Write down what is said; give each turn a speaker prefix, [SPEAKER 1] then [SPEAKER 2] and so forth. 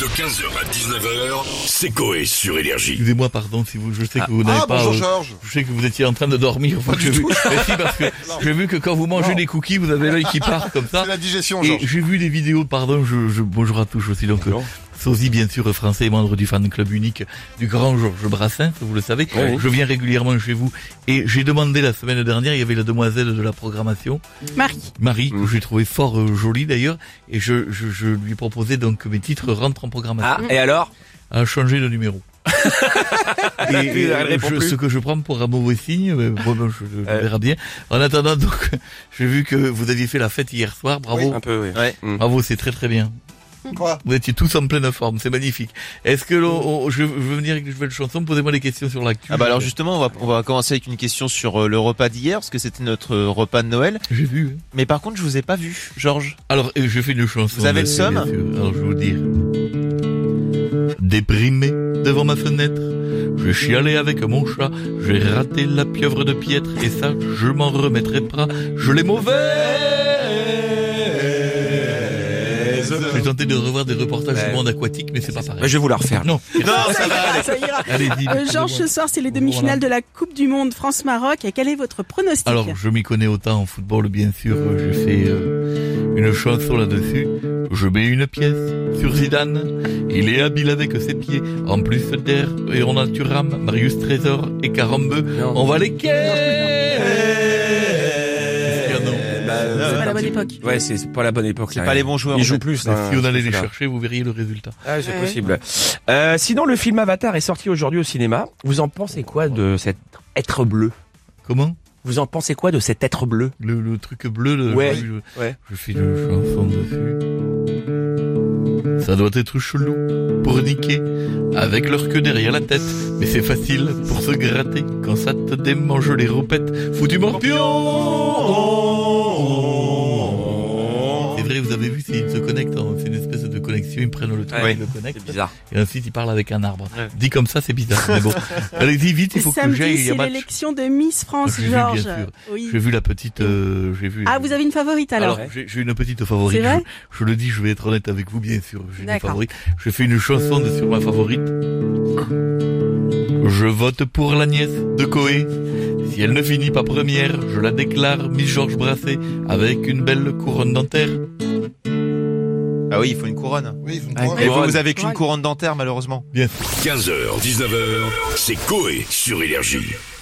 [SPEAKER 1] De 15h à 19h, c'est Coé sur Énergie.
[SPEAKER 2] Excusez-moi, pardon, si vous, je sais que vous n'avez
[SPEAKER 3] Ah,
[SPEAKER 2] pas.
[SPEAKER 3] bonjour
[SPEAKER 2] euh,
[SPEAKER 3] Georges.
[SPEAKER 2] Je sais que vous étiez en train de dormir. Pas du tout. parce que j'ai vu que quand vous mangez
[SPEAKER 3] Non.
[SPEAKER 2] des cookies, vous avez l'œil qui part comme ça.
[SPEAKER 3] C'est la digestion,
[SPEAKER 2] Et
[SPEAKER 3] Georges.
[SPEAKER 2] j'ai vu des vidéos, pardon, je, je- bonjour à tous, je suis donc euh, Sosie, bien sûr, français, membre du fan club unique du grand Georges Brassens, vous le savez. Je viens régulièrement chez vous et j'ai demandé la semaine dernière, il y avait la demoiselle de la programmation,
[SPEAKER 4] Marie.
[SPEAKER 2] Marie,
[SPEAKER 5] Mm.
[SPEAKER 2] que j'ai trouvé fort euh, jolie d'ailleurs, et je, je, je lui proposais donc que mes titres rentrent en programmation.
[SPEAKER 5] Ah, et alors
[SPEAKER 2] à changer de numéro. et
[SPEAKER 5] Elle
[SPEAKER 2] euh,
[SPEAKER 5] répond
[SPEAKER 2] je-
[SPEAKER 5] plus.
[SPEAKER 2] ce que je prends pour un mauvais signe, mais bon, bon, je, je
[SPEAKER 5] Ouais.
[SPEAKER 2] verra bien. En attendant, donc, j'ai vu que vous aviez fait la fête hier soir. Bravo,
[SPEAKER 5] Un peu, oui.
[SPEAKER 2] bravo, c'est très très bien.
[SPEAKER 3] Quoi
[SPEAKER 2] Vous étiez tous en pleine forme, c'est magnifique. Est-ce que l'on, on- je, je veux venir avec une nouvelle chanson Posez-moi des questions sur l'actu.
[SPEAKER 6] Ah bah alors justement, on va, on va commencer avec une question sur euh, le repas d'hier, parce que c'était notre euh, repas de Noël.
[SPEAKER 2] j'ai vu. hein.
[SPEAKER 6] Mais par contre, je vous ai pas vu, Georges.
[SPEAKER 2] Alors, euh, je fais une chanson.
[SPEAKER 6] Vous avez le
[SPEAKER 2] bien
[SPEAKER 6] seum
[SPEAKER 2] sûr. Alors, je vais vous dire. Déprimé devant ma fenêtre, j'ai chialé avec mon chat, j'ai raté la pieuvre de piètre, et ça, je m'en remettrai pas, je l'ai mauvaise. J'ai tenté de revoir des reportages
[SPEAKER 5] Ouais.
[SPEAKER 2] du monde aquatique, mais c'est pas
[SPEAKER 5] Bah,
[SPEAKER 2] pareil.
[SPEAKER 5] je vais vous la refaire.
[SPEAKER 2] Non,
[SPEAKER 4] ça ira, ça ira.
[SPEAKER 2] allez-y.
[SPEAKER 4] Euh, Georges, ce soir, c'est les demi-finales de la Coupe du Monde France-Maroc. Et quel est votre pronostic
[SPEAKER 2] Alors, euh, je m'y connais autant en football, bien sûr. euh, J'ai fait euh, une chanson là-dessus. Je mets une pièce sur Zidane. Il est habile avec ses pieds. En plus d'air, et on a Thuram, Marius Trésor et Carambeu.
[SPEAKER 5] Non.
[SPEAKER 2] On va les quai-
[SPEAKER 5] Eh.
[SPEAKER 4] C'est pas la
[SPEAKER 6] Euh,
[SPEAKER 4] bonne époque.
[SPEAKER 5] Ouais, c'est c'est pas la bonne époque.
[SPEAKER 6] C'est
[SPEAKER 5] là.
[SPEAKER 6] pas les bons joueurs.
[SPEAKER 5] Ils
[SPEAKER 6] en
[SPEAKER 5] jouent
[SPEAKER 6] fait.
[SPEAKER 5] plus. là.
[SPEAKER 2] Si on allait les
[SPEAKER 5] Voilà.
[SPEAKER 2] chercher, vous verriez le résultat.
[SPEAKER 5] Ah, c'est
[SPEAKER 4] Ouais.
[SPEAKER 5] possible. Euh, sinon, le film Avatar est sorti aujourd'hui au cinéma. Vous en pensez quoi de cet être bleu
[SPEAKER 2] Comment
[SPEAKER 5] Vous en pensez quoi de cet être bleu
[SPEAKER 2] le, le truc bleu, le,
[SPEAKER 5] Ouais,
[SPEAKER 2] je, je-
[SPEAKER 5] ouais.
[SPEAKER 2] je fais une chanson dessus. Ça doit être chelou pour niquer, avec leur queue derrière la tête. Mais c'est facile pour se gratter quand ça te démange les roupettes. Foutu morpion C'est vrai, vous avez vu, c'est- ils se connectent, hein, c'est une espèce de connexion, ils prennent le truc,
[SPEAKER 5] Ouais.
[SPEAKER 2] ils le connectent,
[SPEAKER 5] C'est bizarre.
[SPEAKER 2] et ensuite ils parlent avec un arbre.
[SPEAKER 5] Ouais.
[SPEAKER 2] Dit comme ça, c'est bizarre, mais bon. Allez-y, vite, il faut que j'aille,
[SPEAKER 4] Samedi,
[SPEAKER 2] il y a
[SPEAKER 4] c'est
[SPEAKER 2] match.
[SPEAKER 4] l'élection de Miss France,
[SPEAKER 2] J'ai vu, bien
[SPEAKER 4] Georges.
[SPEAKER 2] sûr.
[SPEAKER 4] Oui.
[SPEAKER 2] J'ai vu la petite, euh, j'ai vu.
[SPEAKER 4] Ah, vous avez une favorite alors,
[SPEAKER 2] Alors, j'ai j'ai une petite favorite.
[SPEAKER 4] C'est vrai
[SPEAKER 2] je, je le dis, je vais être honnête avec vous, bien sûr. J'ai une
[SPEAKER 4] D'accord.
[SPEAKER 2] favorite. Je fais une chanson de, sur ma favorite. Je vote pour la nièce de Coé. Si elle ne finit pas première, je la déclare Miss Georges Brassé avec une belle couronne dentaire.
[SPEAKER 6] Ah oui, il faut une couronne.
[SPEAKER 3] Oui, vous me
[SPEAKER 5] Ah,
[SPEAKER 3] croyez.
[SPEAKER 6] Et vous,
[SPEAKER 5] Couronne.
[SPEAKER 6] vous avez qu'une
[SPEAKER 4] Couronne.
[SPEAKER 6] couronne dentaire, malheureusement.
[SPEAKER 2] Bien.
[SPEAKER 1] 15h, 19h, c'est Coé sur Énergie.